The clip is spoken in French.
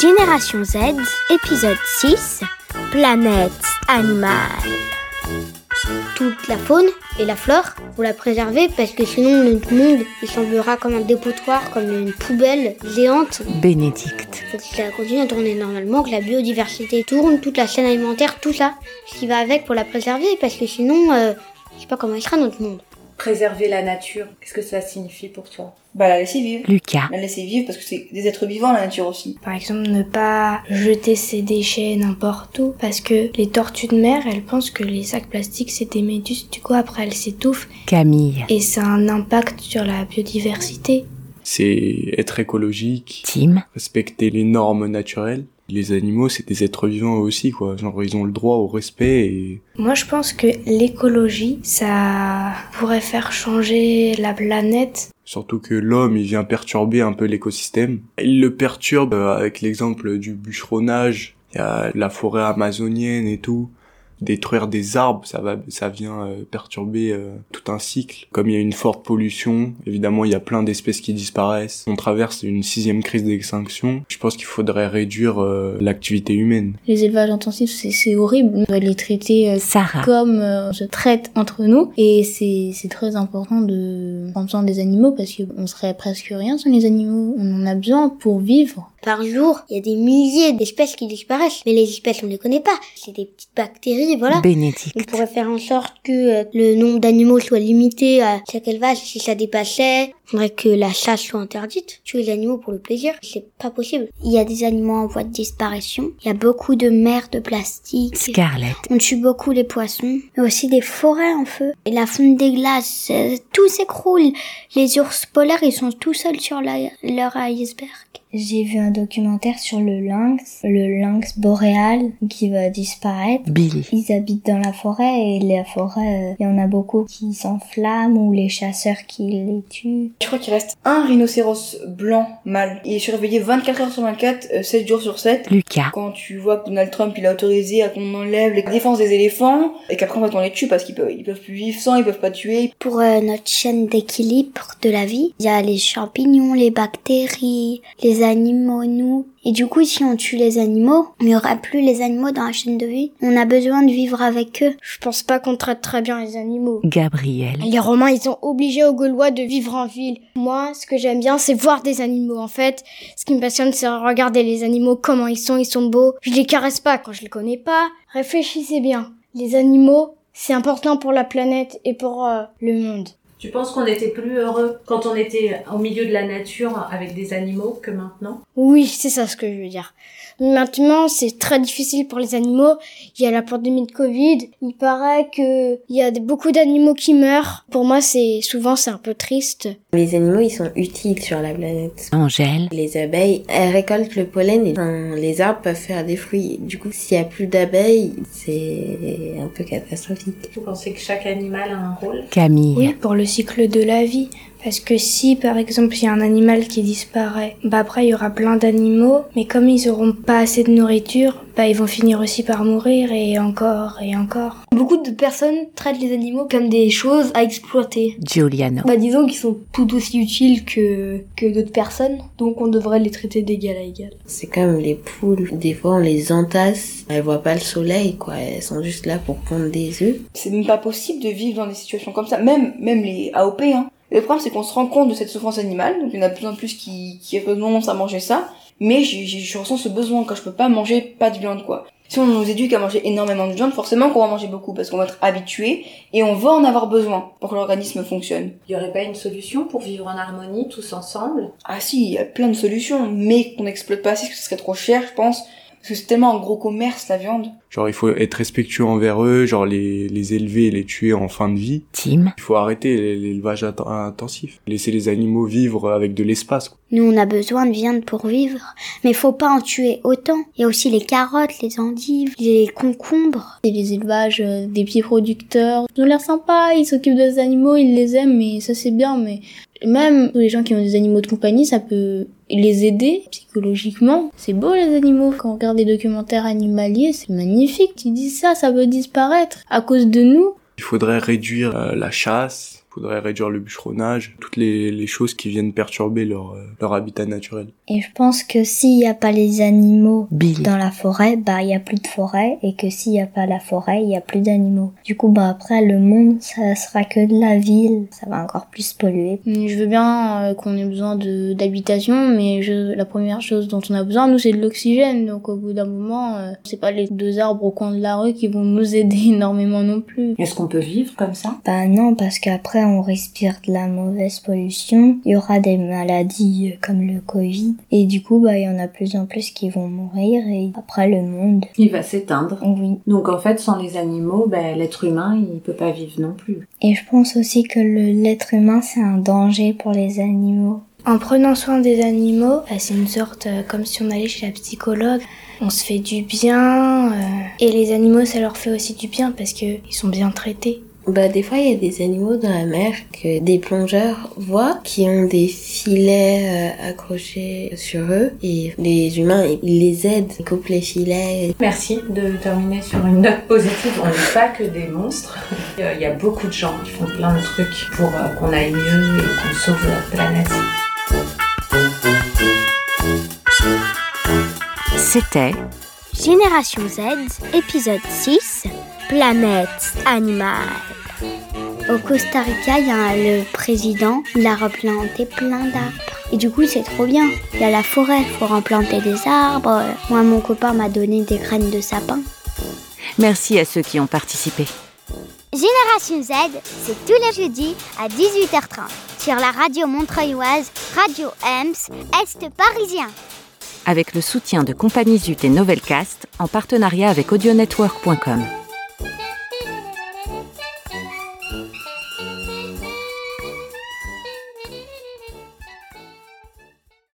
Génération Z, épisode 6, planète animale. Toute la faune et la flore, faut la préserver parce que sinon notre monde il semblera comme un dépotoir, comme une poubelle géante. Bénédicte. Faut que ça continue à tourner normalement, que la biodiversité tourne, toute la chaîne alimentaire, tout ça, ce qui va avec pour la préserver parce que sinon, euh, je sais pas comment il sera notre monde. préserver la nature, qu'est-ce que ça signifie pour toi Bah la laisser vivre. Lucas. La laisser vivre parce que c'est des êtres vivants la nature aussi. Par exemple, ne pas jeter ses déchets n'importe où, parce que les tortues de mer, elles pensent que les sacs plastiques, c'est des méduses, du coup après elles s'étouffent, Camille. et ça a un impact sur la biodiversité. c'est être écologique, Tim. respecter les normes naturelles. Les animaux, c'est des êtres vivants eux aussi, quoi. Genre, ils ont le droit au respect et Moi, je pense que l'écologie, ça pourrait faire changer la planète. surtout que l'homme, il vient perturber un peu l'écosystème. Il le perturbe euh, avec l'exemple du bûcheronnage, il y a la forêt amazonienne et tout. Détruire des arbres, ça va, ça vient euh, perturber euh, tout un cycle. Comme il y a une forte pollution, évidemment, il y a plein d'espèces qui disparaissent. On traverse une sixième crise d'extinction. Je pense qu'il faudrait réduire euh, l'activité humaine. Les élevages intensifs, c'est- c'est horrible. On doit les traiter euh, Sarah. comme euh, on se traite entre nous. Et c'est c'est très important de prendre soin des animaux parce qu'on serait presque rien sans les animaux. On en a besoin pour vivre. Par jour, il y a des milliers d'espèces qui disparaissent, mais les espèces on les connaît pas, c'est des petites bactéries, voilà. On Bénédicte. pourrait faire en sorte que euh, le nombre d'animaux soit limité à chaque élevage si ça dépassait. On faudrait que la chasse soit interdite. Tuer les animaux pour le plaisir, c'est pas possible. Il y a des animaux en voie de disparition, il y a beaucoup de mers de plastique. Scarlett. On tue beaucoup les poissons, mais aussi des forêts en feu. Et la fonte des glaces, euh, tout s'écroule. Les ours polaires, ils sont tout seuls sur la- leur iceberg. J'ai vu un documentaire sur le lynx, le lynx boréal qui va disparaître. Billy. Ils habitent dans la forêt et la forêt, euh, il y en a beaucoup qui s'enflamment ou les chasseurs qui les tuent. Je crois qu'il reste un rhinocéros blanc mâle. Il est surveillé 24 heures sur 24, euh, 7 jours sur 7. Lucas. Quand tu vois que Donald Trump il a autorisé à qu'on enlève les défenses des éléphants et qu'après en fait on les tue parce qu'ils peuvent, ils peuvent plus vivre sans, ils peuvent pas tuer. Pour euh, notre chaîne d'équilibre de la vie, il y a les champignons, les bactéries, les animaux, nous. Et du coup, si on tue les animaux, il n'y aura plus les animaux dans la chaîne de vie. On a besoin de vivre avec eux. Je pense pas qu'on traite très bien les animaux. Gabriel. Les Romains, ils ont obligé aux Gaulois de vivre en ville. Moi, ce que j'aime bien, c'est voir des animaux. En fait, ce qui me passionne, c'est regarder les animaux, comment ils sont, ils sont beaux. Je les caresse pas quand je les connais pas. Réfléchissez bien. Les animaux, c'est important pour la planète et pour euh, le monde. Tu penses qu'on était plus heureux quand on était au milieu de la nature avec des animaux que maintenant Oui, c'est ça ce que je veux dire. Maintenant, c'est très difficile pour les animaux. Il y a la pandémie de Covid. Il paraît que il y a des- beaucoup d'animaux qui meurent. Pour moi, c'est souvent c'est un peu triste. Les animaux, ils sont utiles sur la planète. Angèle. Les abeilles, elles récoltent le pollen et enfin, les arbres peuvent faire des fruits. Du coup, s'il y a plus d'abeilles, c'est un peu catastrophique. Vous pensez que chaque animal a un rôle Camille. Oui, pour le cycle de la vie. Parce que si, par exemple, il y a un animal qui disparaît, bah après, il y aura plein d'animaux, mais comme ils auront pas assez de nourriture, bah ils vont finir aussi par mourir, et encore, et encore. Beaucoup de personnes traitent les animaux comme des choses à exploiter. Giuliano. Bah disons qu'ils sont tout aussi utiles que, que d'autres personnes, donc on devrait les traiter d'égal à égal. C'est comme les poules. Des fois, on les entasse. Elles voient pas le soleil, quoi. Elles sont juste là pour pondre des œufs. C'est même pas possible de vivre dans des situations comme ça, même, même les AOP. Hein. Le problème c'est qu'on se rend compte de cette souffrance animale, donc il y en a de plus en plus qui, qui renoncent à manger ça. Mais j'ai- j'ai- je ressens ce besoin quand je peux pas manger pas de viande, quoi. Si on nous éduque à manger énormément de viande, forcément qu'on va manger beaucoup parce qu'on va être habitué et on va en avoir besoin pour que l'organisme fonctionne. Il y aurait pas une solution pour vivre en harmonie tous ensemble Ah si, il y a plein de solutions, mais qu'on n'exploite pas assez parce que ce serait trop cher, je pense. Parce que c'est tellement un gros commerce, la viande. Genre, il faut être respectueux envers eux, genre les, les élever et les tuer en fin de vie. Tim. Il faut arrêter l'élevage atten- intensif. Laisser les animaux vivre avec de l'espace. quoi. Nous, on a besoin de viande pour vivre, mais faut pas en tuer autant. Il y a aussi les carottes, les endives, les concombres. C'est des élevages, euh, des petits producteurs. Ils ont l'air sympas, ils s'occupent des animaux, ils les aiment, mais ça c'est bien, mais même tous les gens qui ont des animaux de compagnie, ça peut les aider psychologiquement. C'est beau les animaux. Quand on regarde des documentaires animaliers, c'est magnifique. Tu dis ça, ça peut disparaître à cause de nous. Il faudrait réduire euh, la chasse. Il faudrait réduire le bûcheronnage, toutes les, les choses qui viennent perturber leur, euh, leur habitat naturel. Et je pense que s'il n'y a pas les animaux dans la forêt, bah il y a plus de forêt et que s'il n'y a pas la forêt, il y a plus d'animaux. Du coup, bah après le monde, ça sera que de la ville, ça va encore plus polluer. Je veux bien euh, qu'on ait besoin de- d'habitation, mais je- la première chose dont on a besoin, nous, c'est de l'oxygène. Donc au bout d'un moment, euh, c'est pas les deux arbres au coin de la rue qui vont nous aider énormément non plus. Est-ce qu'on peut vivre comme ça Bah non, parce qu'après on respire de la mauvaise pollution, il y aura des maladies euh, comme le Covid et du coup, bah il y en a de plus en plus qui vont mourir et après le monde, Il va s'éteindre. oui. Donc en fait, sans les animaux, ben, l'être humain, il peut pas vivre non plus. Et je pense aussi que le- l'être humain, c'est un danger pour les animaux. En prenant soin des animaux, bah, c'est une sorte euh, comme si on allait chez la psychologue. On se fait du bien euh, et les animaux, ça leur fait aussi du bien parce que ils sont bien traités. Bah, des fois, il y a des animaux dans la mer que des plongeurs voient qui ont des filets euh, accrochés sur eux et les humains, ils les aident, ils coupent les filets. Merci de terminer sur une note positive. On n'est pas que des monstres. Euh, Il y a beaucoup de gens qui font plein de trucs pour euh, qu'on aille mieux et qu'on sauve la planète. C'était Génération Z, épisode 6, planète animale. Au Costa Rica, il y a le président, il a replanté plein d'arbres. Et du coup, c'est trop bien. Il y a la forêt, faut replanter des arbres. Moi, mon copain m'a donné des graines de sapin. merci à ceux qui ont participé. Génération Z, c'est tous les jeudis à 18h30 sur la radio montreuilloise Radio EMS Est Parisien. Avec le soutien de Compagnie Zut et Novelcast en partenariat avec audionetwork.com.